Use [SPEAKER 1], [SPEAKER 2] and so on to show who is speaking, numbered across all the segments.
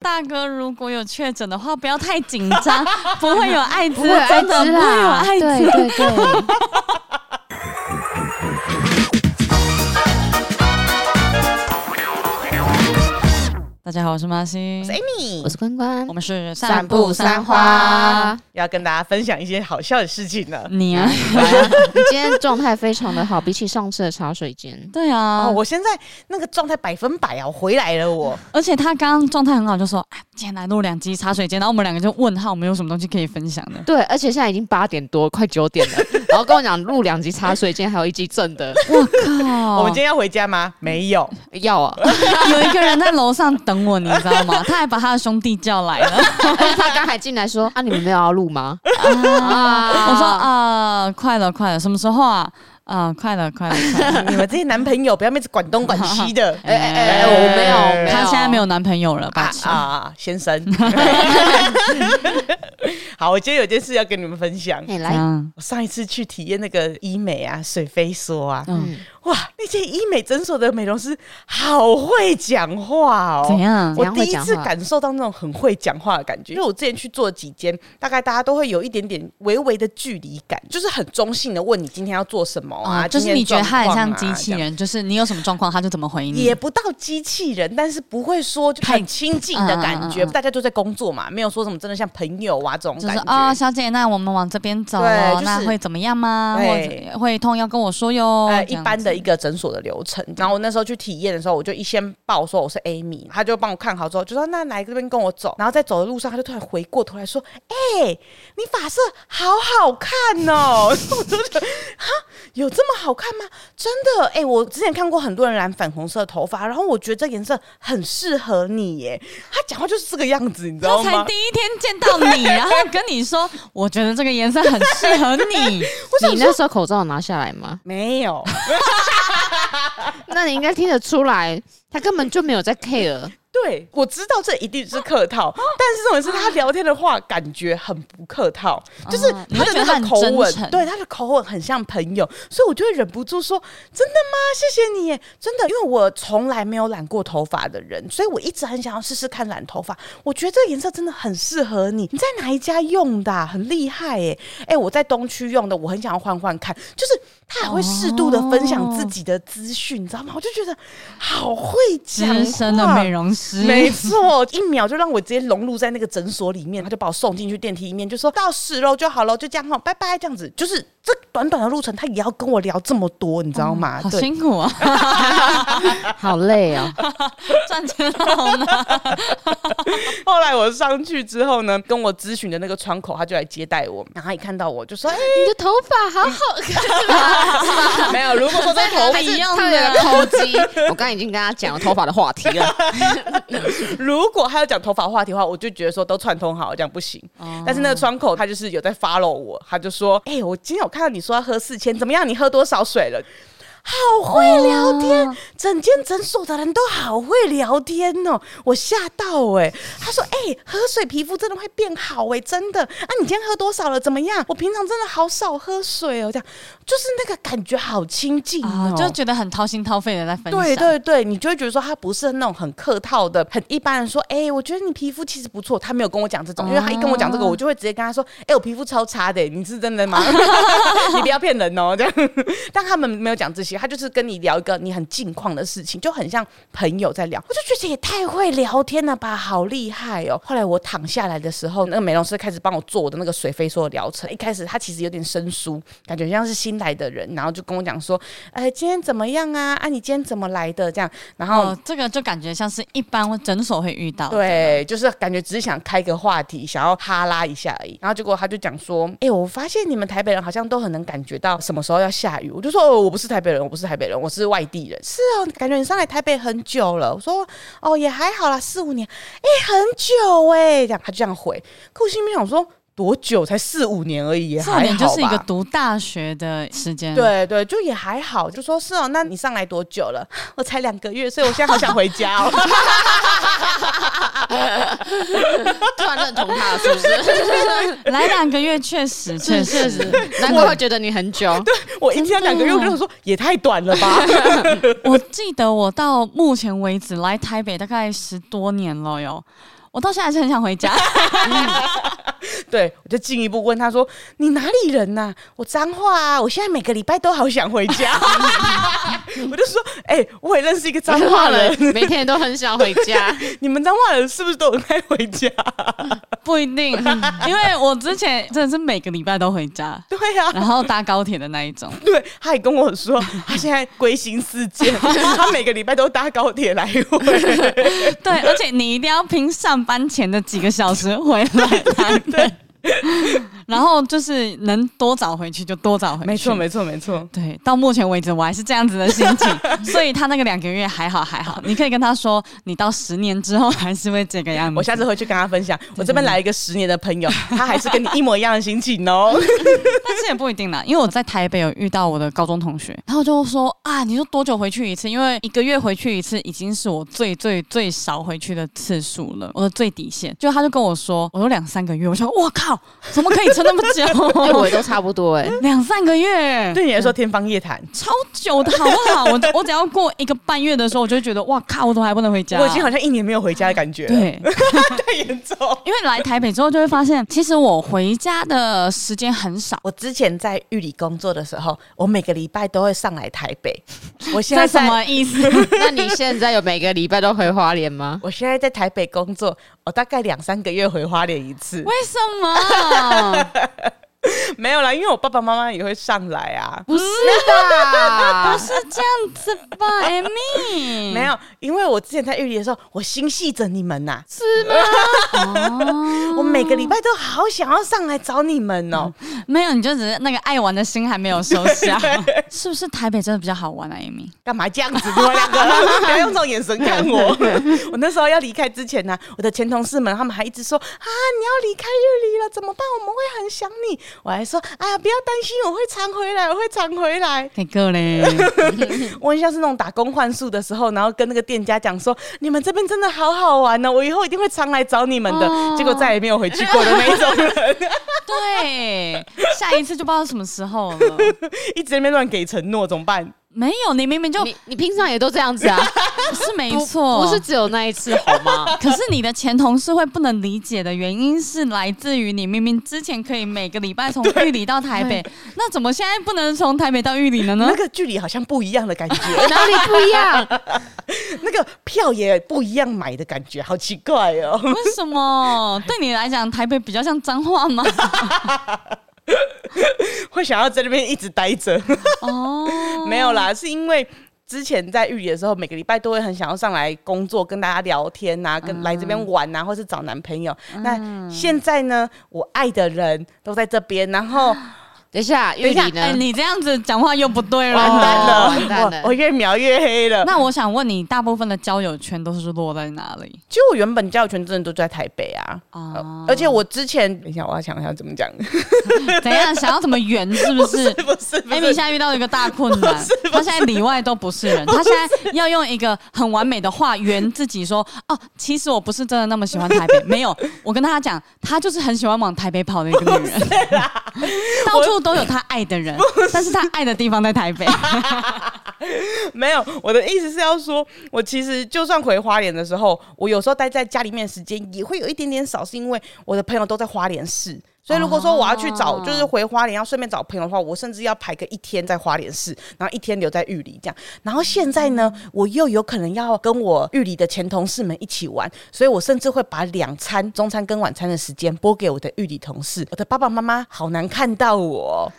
[SPEAKER 1] 大哥如果有确诊的话，不要太紧 张，不会有艾滋，
[SPEAKER 2] 不会有艾
[SPEAKER 1] 真的
[SPEAKER 2] 滋
[SPEAKER 1] 不会有
[SPEAKER 2] 啦，
[SPEAKER 1] 艾
[SPEAKER 2] 对
[SPEAKER 1] 滋。
[SPEAKER 2] 对对，
[SPEAKER 1] 大家好，我是马西
[SPEAKER 3] 我，是
[SPEAKER 2] 我
[SPEAKER 3] Amy，
[SPEAKER 2] 是关关
[SPEAKER 1] 我，们是
[SPEAKER 3] 散步三花，要跟大家分享一些好笑的事情呢。
[SPEAKER 1] 你啊，
[SPEAKER 3] 嗯
[SPEAKER 2] 你今天状态非常的好，比起上次的茶水间，
[SPEAKER 1] 对啊，
[SPEAKER 3] 哦，我现在那个状态百分百啊，我回来了我。
[SPEAKER 1] 而且他刚刚状态很好，就说哎，今天来录两集茶水间，然后我们两个就问号，没有什么东西可以分享的。
[SPEAKER 2] 对，而且现在已经八点多，快九点了，然后跟我讲录两集茶水间，还有一集正的
[SPEAKER 1] 哦我靠，
[SPEAKER 2] 啊
[SPEAKER 3] 我们今天要回家吗？没有，
[SPEAKER 2] 要啊，
[SPEAKER 1] 有一个人在楼上等我，你知道吗？他还把他的兄弟叫来了。
[SPEAKER 2] 而且他刚还进来说啊，你们没有要录吗？啊
[SPEAKER 1] 我说啊、呃快了，快了，什么时候啊？啊、快了，快了，快了。
[SPEAKER 3] 你们这些男朋友不要一直管东管西的
[SPEAKER 2] 哎哎哎，我 没有，我
[SPEAKER 1] 他现在没有男朋友了，
[SPEAKER 3] 啊
[SPEAKER 1] 白痴。
[SPEAKER 3] 啊啊，先 生。好，我今天有件事要跟你们分享。
[SPEAKER 2] 你
[SPEAKER 1] 怎
[SPEAKER 2] 来，
[SPEAKER 1] 样？
[SPEAKER 3] 我上一次去体验那个医美啊，水飞梭啊，
[SPEAKER 1] 嗯，
[SPEAKER 3] 哇，那些医美诊所的美容师好会讲话哦。
[SPEAKER 1] 怎样？
[SPEAKER 2] 怎
[SPEAKER 3] 我
[SPEAKER 2] 样
[SPEAKER 3] 第
[SPEAKER 2] 会
[SPEAKER 3] 一
[SPEAKER 2] 讲
[SPEAKER 3] 次
[SPEAKER 2] 话
[SPEAKER 3] 感受到那种很会讲话的感觉，因为我之前去做几间，大概大家都会有一点点微微的距离感，就是很中性的问你今天要做什么啊，
[SPEAKER 1] 哦就是
[SPEAKER 3] 今
[SPEAKER 1] 你觉
[SPEAKER 3] 天
[SPEAKER 1] 得他很
[SPEAKER 3] 状况
[SPEAKER 1] 像
[SPEAKER 3] 啊
[SPEAKER 1] 机器
[SPEAKER 3] 这样
[SPEAKER 1] 人，就是你有什么状况，他就怎么回你
[SPEAKER 3] 也。不到机器人，但是不会说就很亲近的感
[SPEAKER 1] 嗯嗯
[SPEAKER 3] 觉，
[SPEAKER 1] 嗯嗯
[SPEAKER 3] 大家都在工作嘛，没有说什么真的像朋友啊这种
[SPEAKER 1] 就
[SPEAKER 3] 感
[SPEAKER 1] 是哦，
[SPEAKER 3] 觉。
[SPEAKER 1] 小姐，那我们往这边走
[SPEAKER 3] 对
[SPEAKER 1] 哦，
[SPEAKER 3] 就是
[SPEAKER 1] 那会怎么样吗？或
[SPEAKER 3] 对
[SPEAKER 1] 者会痛要跟我说哟。
[SPEAKER 3] 呃，
[SPEAKER 1] 哦这
[SPEAKER 3] 一
[SPEAKER 1] 样
[SPEAKER 3] 般的
[SPEAKER 1] 子嗯
[SPEAKER 3] 一个诊所的流程，然后我那时候去体验的时候，我就一先报说哦我是 Amy，他就帮我看好之后，就说那来这边跟我走，然后在走的路上，他就突然回过头来说：“哎、你发色好好看哦！” 我就觉得哈，有这么好看吗？真的，哎、我之前看过很多人染粉红色的头发，然后我觉得这颜色很适合你耶。他讲话就是这个样子，你知道
[SPEAKER 1] 他
[SPEAKER 3] 吗？
[SPEAKER 1] 才第一天见到你，然后跟你说，我觉得这个颜色很适合你。
[SPEAKER 2] 你那时候口罩有拿下来吗？
[SPEAKER 3] 没有，
[SPEAKER 2] 那你应该听得出来，他根本就没有在 care。
[SPEAKER 3] 对我知道这一定是客
[SPEAKER 1] 哦
[SPEAKER 3] 套，但是重点是他聊天的话感觉很不客套，就是
[SPEAKER 1] 哦
[SPEAKER 3] 他的
[SPEAKER 1] 你会觉得他
[SPEAKER 3] 那
[SPEAKER 1] 很
[SPEAKER 3] 个口
[SPEAKER 1] 真
[SPEAKER 3] 吻
[SPEAKER 1] 诚，
[SPEAKER 3] 对他的口吻很像朋友，所以我就会忍不住说：“真的吗？谢谢你耶，真的，因为我从来没有染过头发的人，所以我一直很想要试试看染头发。我觉得这个颜色真的很适合你，你在哪一家用的啊、很厉害耶！哎，我在东区用的，我很想要换换看，就是。”他还会适度的分
[SPEAKER 1] 哦
[SPEAKER 3] 享自己的资讯，你知道吗？我就觉得好会讲
[SPEAKER 1] 资深的
[SPEAKER 3] 话哦
[SPEAKER 1] 美容 师，
[SPEAKER 3] 没错，一秒就让我直接融入在那个诊所里面，他就把我送进去电梯里面，就说到十楼就好了，就这样哦，拜拜，这样子。就是这短短的路程，他也要跟我聊这么多，你知道吗？
[SPEAKER 1] 好
[SPEAKER 3] 对，
[SPEAKER 1] 辛苦啊，
[SPEAKER 2] 好累哦，
[SPEAKER 1] 赚钱好 难。
[SPEAKER 3] 后来我上去之后呢，跟我咨询的那个窗口，他就来接待我，然后一看到我 就说：“哎、
[SPEAKER 2] 你的头发好好看。
[SPEAKER 3] 没有，如果说这 个头
[SPEAKER 1] 还
[SPEAKER 3] 发
[SPEAKER 1] 是
[SPEAKER 2] 是
[SPEAKER 1] 用
[SPEAKER 2] 他
[SPEAKER 1] 的
[SPEAKER 2] 的抠机， 我刚才已经跟他讲了头发的话题了。
[SPEAKER 3] 如果他要讲头发话题的话，我就觉得说都串通好，这样不行。但是那个窗口他就是有在 follow 我，他就说：“哎、我今天有看到你说要喝四千，怎么样？你喝多少水了？”好会聊天，整间诊所的人都好会聊天哦，我吓到哎、他说：“哎、喝水皮肤真的会变好哎、真的啊！你今天喝多少了？怎么样？我平常真的好少喝水哦，这样就是那个感觉好亲近
[SPEAKER 1] 啊
[SPEAKER 3] 哦，，
[SPEAKER 1] 就觉得很掏心掏肺的在分享。
[SPEAKER 3] 对对对，你就会觉得说他不是那种很客套的，很一般人说，哎、我觉得你皮肤其实不错。他没有跟我讲这种，因为他一跟我讲这个，
[SPEAKER 1] 哦
[SPEAKER 3] 我就会直接跟他说，哎、我皮肤超差的、你是真的吗？ 你不要骗人哦，这样。但他们没有讲这些，他就是跟你聊一个你很近况的事情，就很像朋友在聊。我就觉得也太会聊天了吧，好厉害哦。后来我躺下来的时候，那个美容师开始帮我做我的那个水飞梭的疗程。一开始他其实有点生疏，感觉像是新来的人，然后就跟我讲说，哎，今天怎么样啊？啊，你今天怎么来的？这样，然后。
[SPEAKER 1] 哦，这个就感觉像是一般诊所会遇到。，
[SPEAKER 3] 对，就是感觉只是想开个话题，想要哈拉一下而已。然后结果他就讲说：“哎、我发现你们台北人好像都很能感觉到什么时候要下雨。”我就说：“哦，我不是台北人，我不是台北人，我是外地人。”是哦，感觉你上来台北很久了。我说：“哦，也还好啦，四五年，哎、很久哎、这样他就这样回。可我心里面想说，多久才四五年而已，也
[SPEAKER 1] 少
[SPEAKER 3] 还
[SPEAKER 1] 年
[SPEAKER 3] 好
[SPEAKER 1] 就是一个
[SPEAKER 3] 吧
[SPEAKER 1] 读大学的时间。，
[SPEAKER 3] 对对，就也还好，就说是哦，那你上来多久了？我才两个月，所以我现在好想回家 哦。
[SPEAKER 2] 突然认同他了，是不是？
[SPEAKER 1] 来两个月确实确
[SPEAKER 2] 确
[SPEAKER 1] 实
[SPEAKER 2] 实，，难怪会觉得你很久。
[SPEAKER 3] 我一天两个月，我就想说也太短了吧。
[SPEAKER 1] 我记得我到目前为止来台北大概十多年了哟。我到现在还是很想回 家。
[SPEAKER 3] 对，我就进一步问他说：“你哪里人呐、我彰化啊，我现在每个礼拜都好想回 家。”我就说：“哎、我也认识一个彰化人，
[SPEAKER 2] 每天都很想回 家。
[SPEAKER 3] 你们彰化人是不是都很爱回 家？”
[SPEAKER 1] 不一定，因为我之前真的是每个礼拜都回家，
[SPEAKER 3] 对呀、
[SPEAKER 1] 然后搭高铁的那一种。
[SPEAKER 3] 对，他也跟我说，他现在归心似 箭，他每个礼拜都搭高铁来 回。
[SPEAKER 1] 对，而且你一定要拼上班前的几个小时回来台 北，然后就是能多早回去就多早回去。
[SPEAKER 3] 没错，没错，嗯没错。
[SPEAKER 1] 对，到目前为止我还是这样子的心情， 所以他那个两个月还好还好。你可以跟他说，你到十年之后还是会这个样子。
[SPEAKER 3] 我下次回去跟他分 享，我这边来一个十年的朋 友，他还是跟你一模一样的心情哦。
[SPEAKER 1] 但是也不一定啦，因为我在台北有遇到我的高中同学，然后就说啊，你说多久回去一次？因为一个月回去一次已经是我最最最少回去的次数了，我的最底线。就他就跟我说，我有两三个月，我想我靠，怎么可以撑那么
[SPEAKER 2] 哎，我
[SPEAKER 1] 久？
[SPEAKER 2] 也都差不多哎、
[SPEAKER 1] 两三个月，
[SPEAKER 3] 对你来说天方夜 谭。
[SPEAKER 1] 超久的好不好？我我只要过一个半月的时候，我就会觉得哇靠，我怎么还不能回家？
[SPEAKER 3] 我已经好像一年没有回家的感觉了，
[SPEAKER 1] 对，
[SPEAKER 3] 太严重。
[SPEAKER 1] 因为来台北之后就会发现，其实我回家的时间很少。
[SPEAKER 3] 我之前在玉里工作的时候，我每个礼拜都会上来台 北。我现在
[SPEAKER 1] 这什
[SPEAKER 3] 在
[SPEAKER 1] 么意 思？
[SPEAKER 2] 那你现在有每个礼拜都回花莲吗？
[SPEAKER 3] 我现在在台北工作，我大概两三个月回花莲一次。
[SPEAKER 1] 为什么？
[SPEAKER 3] 没有啦，因为我爸爸妈妈也会上来啊。
[SPEAKER 2] 不是 吧？
[SPEAKER 1] 是这样子吧，Amy？
[SPEAKER 3] 没有，因为我之前在玉里的时候，我心系着你们呐、
[SPEAKER 1] 哦，
[SPEAKER 3] 我每个礼拜都好想要上来找你们
[SPEAKER 1] 嗯
[SPEAKER 3] 哦、
[SPEAKER 1] 没有，你就只是那个爱玩的心还没有收下，是不是？台北真的比较好玩啊，Amy。
[SPEAKER 3] 干嘛这样子？你们两个不要用这种眼神看我。我那时候要离开之前呢、我的前同事们他们还一直说啊，你要离开日里了，怎么办？我们会很想你。我还说，哎呀，不要担心，我会常回来，我会常回 来。
[SPEAKER 1] 给够嘞，
[SPEAKER 3] 我很像是那种打工换宿的时候，然后跟那个店家讲说，你们这边真的好好玩哦呢、我以后一定会常来找你们的。
[SPEAKER 1] 哦
[SPEAKER 3] 结果再也没有回去过的那一种人，
[SPEAKER 1] 对，下一次就不知道什么时候了。
[SPEAKER 3] 一直在那边乱给承诺，怎么办？
[SPEAKER 1] 没有，你明明就
[SPEAKER 2] 你你平常也都这样子 啊？
[SPEAKER 1] 是没
[SPEAKER 2] 不
[SPEAKER 1] 错，
[SPEAKER 2] 不是。只有那一次好吗？
[SPEAKER 1] 可是你的前同事会不能理解的原因是来自于你明明之前可以每个礼拜从玉里到台北，那怎么现在不能从台北到玉里了呢
[SPEAKER 3] 那？个距离好像不一样的感觉。
[SPEAKER 2] 哪里不一样？
[SPEAKER 3] 那个票也不一样买的感觉，好奇怪哦。
[SPEAKER 1] 为什么对你来讲台北比较像脏话 吗？
[SPEAKER 3] 会想要在那边一直待着，
[SPEAKER 1] 哦，
[SPEAKER 3] 没有啦，是因为。之前在玉里的时候，每个礼拜都会很想要上来工作，跟大家聊天呐、跟来这边玩啊呐、或是找男朋友。那现在呢，我爱的人都在这边，然 后
[SPEAKER 2] 等一下，
[SPEAKER 1] 等
[SPEAKER 2] 玉
[SPEAKER 1] 一下
[SPEAKER 2] 里，
[SPEAKER 1] 哎，
[SPEAKER 2] 呢？
[SPEAKER 1] 你这样子讲话又不对了。
[SPEAKER 2] 完
[SPEAKER 3] 完蛋了，
[SPEAKER 2] 哦完蛋了
[SPEAKER 3] 我我越描越黑了。
[SPEAKER 1] 那我想问你，大部分的交友圈都是落在哪里
[SPEAKER 3] 其实我原本交友圈真的都在台北啊，
[SPEAKER 2] 呃
[SPEAKER 1] 啊？
[SPEAKER 3] 而且我之前，等一下我要想一下怎么讲，
[SPEAKER 1] 怎样想要怎么圆，是不是？
[SPEAKER 3] 不是不
[SPEAKER 1] 艾米现
[SPEAKER 3] 是，
[SPEAKER 1] 在遇到一个大困难，他现在里外都不是人，他现在要用一个很完美的话圆自己说：“哦，其实我不是真的那么喜欢台北， 没有，我跟他讲，他就是很喜欢往台北跑的一个女人， 到处都有他爱的人，但是他爱的地方在台北。”
[SPEAKER 3] 没有，我的意思是要说，我其实就算回花莲的时候，我有时候待在家里面的时间也会有一点点少，是因为我的朋友都在花莲市。所以如果说我要去找，
[SPEAKER 1] 哦
[SPEAKER 3] 就是回花莲要顺便找朋友的话，我甚至要排个一天在花莲市，然后一天留在玉里这样。然后现在呢，我又有可能要跟我玉里的前同事们一起玩，所以我甚至会把两餐中餐跟晚餐的时间拨给我的玉里同事。我的爸爸妈妈好难看到我哦，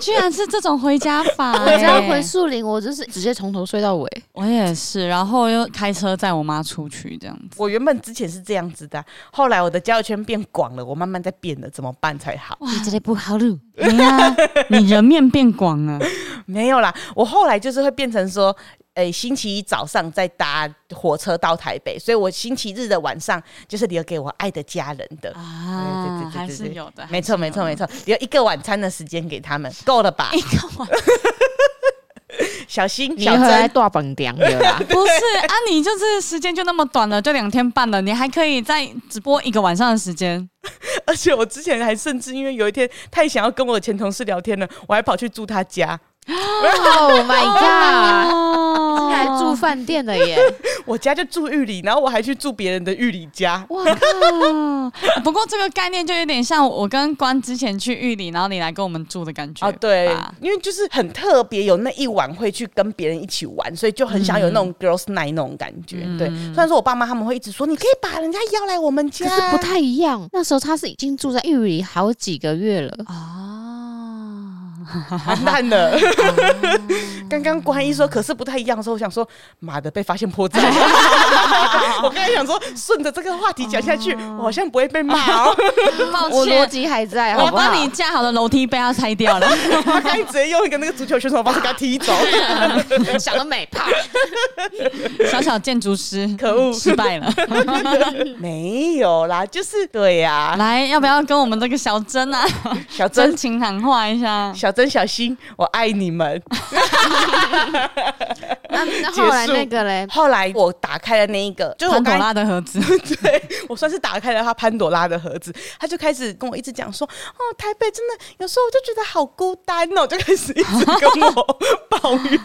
[SPEAKER 1] 居然是这种回家法、
[SPEAKER 2] 我只要
[SPEAKER 1] 欸
[SPEAKER 2] 回树林，我就是直接从头睡到尾。
[SPEAKER 1] 我也是，然后又开车载我妈出去这样子。
[SPEAKER 3] 我原本之前是这样子的啊，后来我的交友圈变广了，我慢慢在变了，怎么办才好？
[SPEAKER 2] 你这里不好路，
[SPEAKER 1] 哎呀，你人面变广了，
[SPEAKER 3] 没有啦，我后来就是会变成说，诶、星期一早上再搭火车到台北，所以我星期日的晚上就是留给我爱的家人的。哎对对
[SPEAKER 1] 啊
[SPEAKER 3] 对，对
[SPEAKER 1] 还
[SPEAKER 3] 对
[SPEAKER 1] 是
[SPEAKER 3] 对
[SPEAKER 1] 有的，
[SPEAKER 3] 没错，没错，没错，留一个晚餐的时间给他们，够了吧？
[SPEAKER 1] 错。
[SPEAKER 3] 小心，
[SPEAKER 2] 你
[SPEAKER 3] 小
[SPEAKER 2] 回来
[SPEAKER 3] 珍，
[SPEAKER 2] 大本凉了啦
[SPEAKER 1] 。不是啊，你就是时间就那么短了，就两天半了，你还可以再直播一个晚上的时 间。
[SPEAKER 3] 而且我之前还甚至因为有一天太想要跟我前同事聊天了，我还跑去住他家，
[SPEAKER 2] Oh
[SPEAKER 3] 啊
[SPEAKER 2] my god！
[SPEAKER 1] 哦
[SPEAKER 2] 还住饭店的耶！
[SPEAKER 3] 我家就住玉里，然后我还去住别人的玉里家。
[SPEAKER 1] 哇靠！ 不过这个概念就有点像我跟关之前去玉里，然后你来跟我们住的感觉
[SPEAKER 3] 啊，对
[SPEAKER 1] 吧，
[SPEAKER 3] 因为就是很特别，有那一晚会去跟别人一起玩，所以就很想有
[SPEAKER 1] 嗯
[SPEAKER 3] 那种 girls night 那种感觉。对，虽然说我爸妈他们会一直说，你可以把人家邀来我们
[SPEAKER 2] 可
[SPEAKER 3] 家，
[SPEAKER 2] 是不太一样，哦那时候他是已经住在玉里好几个月了。
[SPEAKER 1] 啊，
[SPEAKER 3] 完蛋了。
[SPEAKER 1] 哦
[SPEAKER 3] 刚刚关一说，可是不太一样的时候，我想说，妈的，被发现 破绽。我刚才想说，顺着这个话题讲下去，
[SPEAKER 1] 哦
[SPEAKER 3] 我好像不会被 骂哦。
[SPEAKER 1] 抱
[SPEAKER 2] 我逻
[SPEAKER 1] 歉，
[SPEAKER 2] 辑还在，好
[SPEAKER 1] 我
[SPEAKER 2] 不好
[SPEAKER 1] 帮？你架好的楼梯被他拆掉了。
[SPEAKER 3] 他刚才直接用一个那个足球选手把我给他踢 走，
[SPEAKER 2] 想得美，啪！
[SPEAKER 1] 小小建筑师，
[SPEAKER 3] 可恶
[SPEAKER 1] 失败 了。
[SPEAKER 3] 没有啦，就是对呀、
[SPEAKER 1] 来，要不要跟我们这个小珍 啊，
[SPEAKER 3] 小
[SPEAKER 1] 真
[SPEAKER 3] 珍。
[SPEAKER 1] 情喊话一下？
[SPEAKER 3] 小珍、小新，我爱你们。
[SPEAKER 2] 那那后来那个嘞，
[SPEAKER 3] 后来我打开了那一个，就是我
[SPEAKER 1] 潘朵
[SPEAKER 3] 刚才
[SPEAKER 1] 拉的盒子，
[SPEAKER 3] 对我算是打开了他潘朵拉的盒子，他就开始跟我一直讲说，哦，台北真的有时候我就觉得好孤单哦，就开始一直跟我抱怨，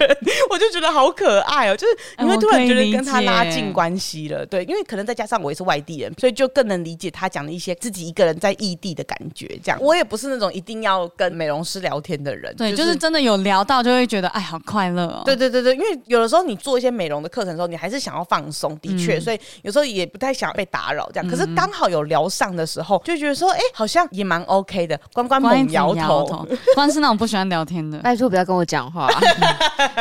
[SPEAKER 3] 我就觉得好可爱哦，就是
[SPEAKER 1] 哎
[SPEAKER 3] 你会
[SPEAKER 1] 我
[SPEAKER 3] 突然
[SPEAKER 1] 可以
[SPEAKER 3] 觉得
[SPEAKER 1] 理
[SPEAKER 3] 跟他
[SPEAKER 1] 解
[SPEAKER 3] 拉近关系了，对，因为可能再加上我也是外地人，所以就更能理解他讲的一些自己一个人在异地的感觉。这样，我也不是那种一定要跟美容师聊天的人，
[SPEAKER 1] 对，就是真的有聊到，就会觉得哎，好快乐哦。
[SPEAKER 3] 对对对对，因为有的时候你做一些美容的课程的时候，你还是想要放松，的确，
[SPEAKER 1] 嗯
[SPEAKER 3] 所以有时候也不太想被打扰这样。可是刚好有聊上的时候，就觉得说，哎、好像也蛮 OK 的。关关
[SPEAKER 1] 关一
[SPEAKER 3] 猛
[SPEAKER 1] 直
[SPEAKER 3] 摇
[SPEAKER 1] 摇
[SPEAKER 3] 头，， 哎
[SPEAKER 1] 关是那种不喜欢聊天的，
[SPEAKER 2] 拜托不要跟我讲 话。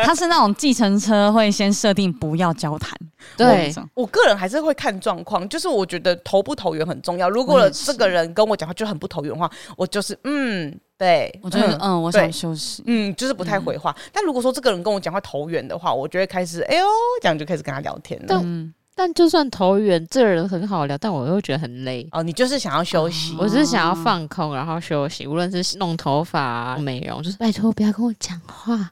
[SPEAKER 1] 他是那种计程车会先设定不要交谈，那
[SPEAKER 2] 对，
[SPEAKER 1] 种
[SPEAKER 3] 我个人还是会看状况，就是我觉得投不投缘很重要。如
[SPEAKER 1] 我
[SPEAKER 3] 果
[SPEAKER 1] 也
[SPEAKER 3] 这个人跟我讲话就很不投缘的话，我就是嗯，对，
[SPEAKER 1] 我觉得
[SPEAKER 3] 嗯
[SPEAKER 1] 嗯，我
[SPEAKER 3] 对
[SPEAKER 1] 想休息。
[SPEAKER 3] 嗯，就是不太回话。但如果说这个人跟我讲话投缘的话，我就会开始，哎呦，这样就开始跟他聊天了。
[SPEAKER 2] 但
[SPEAKER 1] 嗯，
[SPEAKER 2] 但就算投缘，这个人很好聊，但我又觉得很累。
[SPEAKER 3] 哦，你就是想要休息，
[SPEAKER 1] 哦
[SPEAKER 2] 我只是想要放空，然后休息，无论是弄头发、啊美容，就是拜托不要跟我讲话。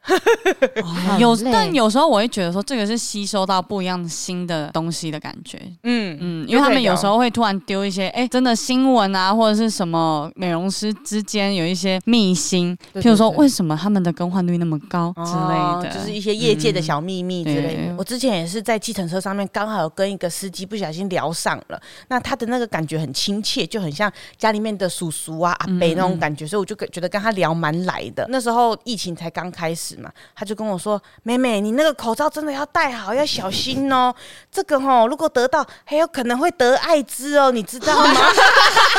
[SPEAKER 1] 哦有，
[SPEAKER 2] 累
[SPEAKER 1] 但有时候我会觉得说，这个是吸收到不一样新的东西的感觉。
[SPEAKER 3] 嗯
[SPEAKER 1] 嗯，因为他
[SPEAKER 3] 就可
[SPEAKER 1] 们
[SPEAKER 3] 以聊
[SPEAKER 1] 有时候会突然丢一些，哎、真的新闻啊，或者是什么美容师之间有一些秘辛，
[SPEAKER 3] 对
[SPEAKER 1] 譬如说
[SPEAKER 3] 对对
[SPEAKER 1] 为什么他们的更换率那么高之
[SPEAKER 3] 哦
[SPEAKER 1] 类的，嗯
[SPEAKER 3] 就是一些业界的小秘密之类的。
[SPEAKER 1] 对
[SPEAKER 3] 我之前也是在计程车上面，刚好有跟一个司机不小心聊上了，那他的那个感觉很亲切，就很像家里面的叔叔啊、阿伯
[SPEAKER 1] 嗯
[SPEAKER 3] 那种感觉，所以我就觉得跟他聊蛮来的。那时候疫情才刚开始嘛，他就跟我说：“妹妹，你那个口罩真的要戴好，要小心哦，这个哦，如果得到，还有可能会得艾滋哦，你知道吗？”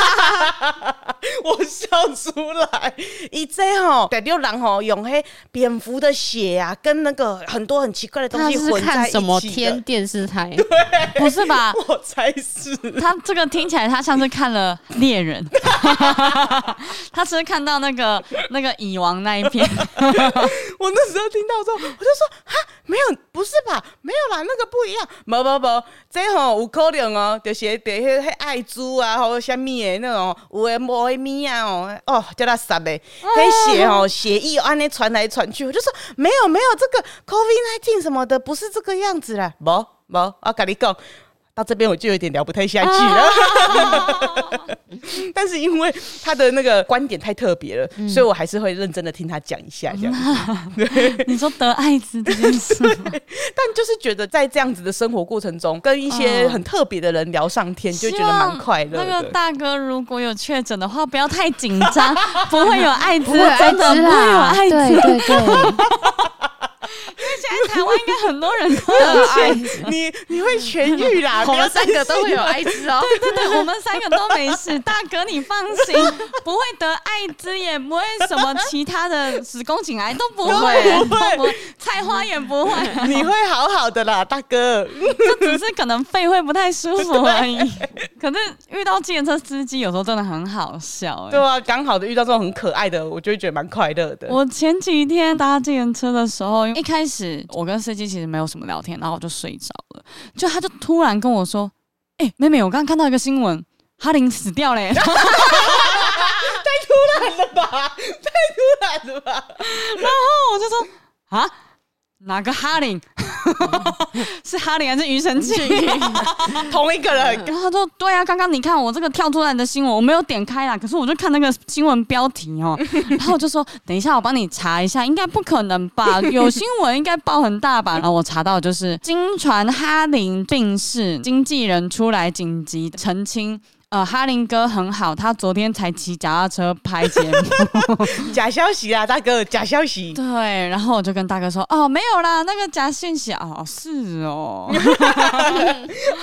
[SPEAKER 3] 我笑出来，一这吼，得六郎吼，用黑蝙蝠的血啊，跟那个很多很奇怪的东
[SPEAKER 2] 他
[SPEAKER 3] 西
[SPEAKER 2] 是
[SPEAKER 3] 混在
[SPEAKER 2] 看
[SPEAKER 3] 一
[SPEAKER 2] 什么
[SPEAKER 3] 起
[SPEAKER 2] 天
[SPEAKER 3] 的。
[SPEAKER 2] 电视台？
[SPEAKER 1] 不是吧？
[SPEAKER 3] 我才是，
[SPEAKER 1] 他这个听起来，他像是看了《猎人》， 他只是看到那个那个蚁王那一篇，
[SPEAKER 3] 我那时候听到之后，我就说哈，没有，不是吧？没有啦，那个不一样，没没没，这吼有可能哦，就是得迄迄爱猪啊，或什么的那种，有的无的咪啊哦，哦，叫他杀的，黑血哦，血液安尼传来传去，我就说没有没有，这个 COVID nineteen 什么的不是这个样子啦，无无，我跟你讲。到这边我就有点聊不太下去了， 但是因为他的那个观点太特别了，所以我还是会认真的听他讲一下这样子。
[SPEAKER 1] 你说得艾滋这件事吗，
[SPEAKER 3] 但就是觉得在这样子的生活过程中，跟一些
[SPEAKER 1] 嗯
[SPEAKER 3] 很特别的人聊上天，就觉得蛮快乐
[SPEAKER 1] 希望那个
[SPEAKER 3] 的。
[SPEAKER 1] 大哥如果有确诊的话，不要太紧张， 不会有艾滋，
[SPEAKER 2] 不会有艾
[SPEAKER 1] 真的
[SPEAKER 2] 滋
[SPEAKER 1] 不会有
[SPEAKER 2] 啦，
[SPEAKER 1] 艾
[SPEAKER 2] 对
[SPEAKER 1] 滋。
[SPEAKER 2] 对对，
[SPEAKER 1] 现在台湾应该很多人都
[SPEAKER 2] 都
[SPEAKER 1] 有
[SPEAKER 2] 有
[SPEAKER 1] 艾
[SPEAKER 2] 艾
[SPEAKER 1] 滋。
[SPEAKER 3] 你你会痊愈 啦，
[SPEAKER 2] 我
[SPEAKER 3] 不要
[SPEAKER 2] 们
[SPEAKER 3] 担
[SPEAKER 2] 三
[SPEAKER 3] 心
[SPEAKER 2] 个都会有。艾滋 哦。
[SPEAKER 1] 对对对，我们三个都没事，大哥你放心， 不会得艾滋，也不会什么其他的子宫颈癌都不会，
[SPEAKER 3] 都不会
[SPEAKER 1] 都会菜花也不会，
[SPEAKER 3] 你会好好的啦，大哥。
[SPEAKER 1] 就 只是可能肺会不太舒服而已。可是遇到计程车司机，有时候真的很好笑、
[SPEAKER 3] 对
[SPEAKER 1] 欸。
[SPEAKER 3] 啊，刚好的遇到这种很可爱的，我就会觉得蛮快乐的。
[SPEAKER 1] 我前几天搭计程车的时候，因为一开始我跟司机其实没有什么聊天，然后我就睡着了，就他就突然跟我说：“哎、妹妹，我刚刚看到一个新闻，哈林死掉嘞、然后我就说啊，哪个哈林？ 是哈林还是庾澄庆？
[SPEAKER 3] 同一个人，
[SPEAKER 1] 然后他说：“对啊，刚刚你看我这个跳出来的新闻，我没有点开啦，可是我就看那个新闻标题哦。然后我就说：等一下，我帮你查一下，应该不可能吧？有新闻应该报很大吧？然后我查到就是金传哈林病逝，经纪人出来紧急澄清。”呃，哈林哥很好，他昨天才骑脚踏车拍节目。
[SPEAKER 3] 假消息啊，大哥，假 消息。
[SPEAKER 1] 对，然后我就跟大哥说，哦，没有啦，那个假讯息哦，是哦，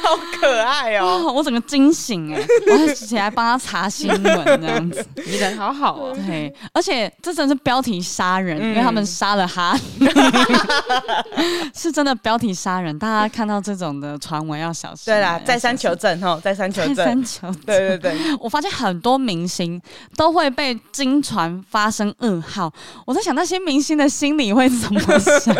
[SPEAKER 3] 好可爱哦、
[SPEAKER 1] 哦我整个惊醒哎，我还起来帮他查新闻这样子。
[SPEAKER 2] 你人好好哦、
[SPEAKER 1] 对，而且这真的是标题杀人，
[SPEAKER 3] 嗯
[SPEAKER 1] 因为他们 杀了哈，是真的标题杀人。大家看到这种的传闻要小心。
[SPEAKER 3] 对啦，
[SPEAKER 1] 要
[SPEAKER 2] 嗯
[SPEAKER 3] 再三
[SPEAKER 1] 小
[SPEAKER 3] 求
[SPEAKER 1] 心
[SPEAKER 3] 证哦，再三求
[SPEAKER 1] 再
[SPEAKER 3] 证。
[SPEAKER 1] 三求证。
[SPEAKER 3] 对对对，
[SPEAKER 1] 我发现很多明星都会被经传发生噩耗，我在想那些明星的心里会怎么 想？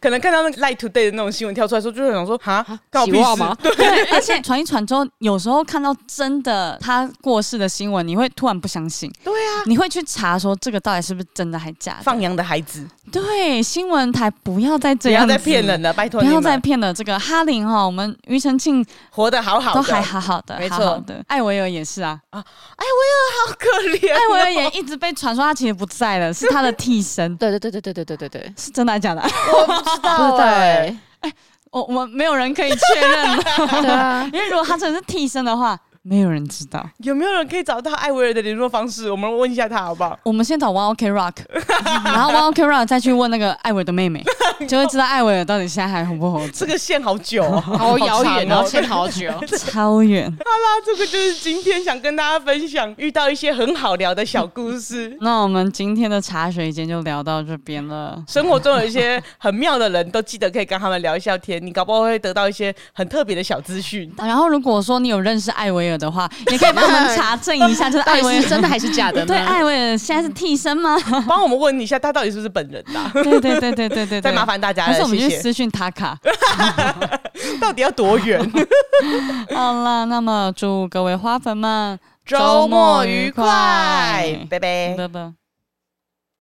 [SPEAKER 3] 可能看到那个 Light Today 的那种新闻跳出来的时候，就会想说 啊，干我
[SPEAKER 2] 喜
[SPEAKER 3] 屁
[SPEAKER 2] 旺
[SPEAKER 3] 事
[SPEAKER 2] 吗？
[SPEAKER 1] 对，而且传一传之后，有时候看到真的他过世的新闻，你会突然不相信，
[SPEAKER 3] 对啊，
[SPEAKER 1] 你会去查说这个到底是不是真的还假的。
[SPEAKER 3] 放羊的孩子，
[SPEAKER 1] 对，新闻台不要再
[SPEAKER 3] 不
[SPEAKER 1] 这
[SPEAKER 3] 要
[SPEAKER 1] 样子
[SPEAKER 3] 再骗人了，拜托
[SPEAKER 1] 不
[SPEAKER 3] 你
[SPEAKER 1] 要
[SPEAKER 3] 们，
[SPEAKER 1] 再骗了，这个哈林哈，我们庾澄庆
[SPEAKER 3] 活得好好
[SPEAKER 1] 都
[SPEAKER 3] 的，
[SPEAKER 1] 还好好的，
[SPEAKER 3] 没
[SPEAKER 1] 好
[SPEAKER 3] 错
[SPEAKER 1] 好的。艾维尔也是啊，
[SPEAKER 3] 好可怜、哦。
[SPEAKER 1] 艾维尔也一直被传说他其实不在了，是他的替身，
[SPEAKER 2] 对对对对对对对对对，
[SPEAKER 1] 是真的还假的？
[SPEAKER 3] 我不知
[SPEAKER 2] 不知
[SPEAKER 3] 道
[SPEAKER 2] 道
[SPEAKER 3] 哎、
[SPEAKER 2] 哎，
[SPEAKER 1] 我我们没有人可以确认的，
[SPEAKER 2] 对啊，
[SPEAKER 1] 因为 如果他真的是替身的话，没有人知道。
[SPEAKER 3] 有没有人可以找到艾薇儿的联络方式？我们问一下他好不好？
[SPEAKER 1] 我们先找 One OK Rock，然 后 One OK Rock 再去问那个艾维的妹妹，就会知道艾维尔到底现在还活不活
[SPEAKER 3] 这
[SPEAKER 1] 着。
[SPEAKER 3] 个线好久、 哦。
[SPEAKER 2] 好遥远哦，
[SPEAKER 3] 好长哦
[SPEAKER 2] 欠好 久。
[SPEAKER 1] 超远。，
[SPEAKER 3] 那这个就是今天想跟大家分享遇到一些很好聊的小故事
[SPEAKER 1] 那我们今天的茶水间就聊到这边了。
[SPEAKER 3] 生活中有一些很妙的人，都记得可以跟他们聊一下天，你搞不好会得到一些很特别的小 资讯。
[SPEAKER 1] 然后，如果说你有认识艾维尔的话，也可以帮我们 查证一下，就是
[SPEAKER 2] 到
[SPEAKER 1] 艾
[SPEAKER 2] 底
[SPEAKER 1] 维
[SPEAKER 2] 是
[SPEAKER 1] 尔
[SPEAKER 2] 真的还是假的呢？
[SPEAKER 1] 对艾维尔现在是替身吗？
[SPEAKER 3] 帮我们问一下，他到底是不是本人的、啊？
[SPEAKER 1] 对对对对对对对，
[SPEAKER 3] 再麻。烦大家
[SPEAKER 1] 还是
[SPEAKER 3] 了，
[SPEAKER 1] 我们
[SPEAKER 3] 谢
[SPEAKER 1] 去
[SPEAKER 3] 谢。
[SPEAKER 1] 私讯塔卡。
[SPEAKER 3] 到底要多远？
[SPEAKER 1] 好啦，那么祝各位花粉们
[SPEAKER 3] 周末愉快，拜拜。
[SPEAKER 1] 拜拜。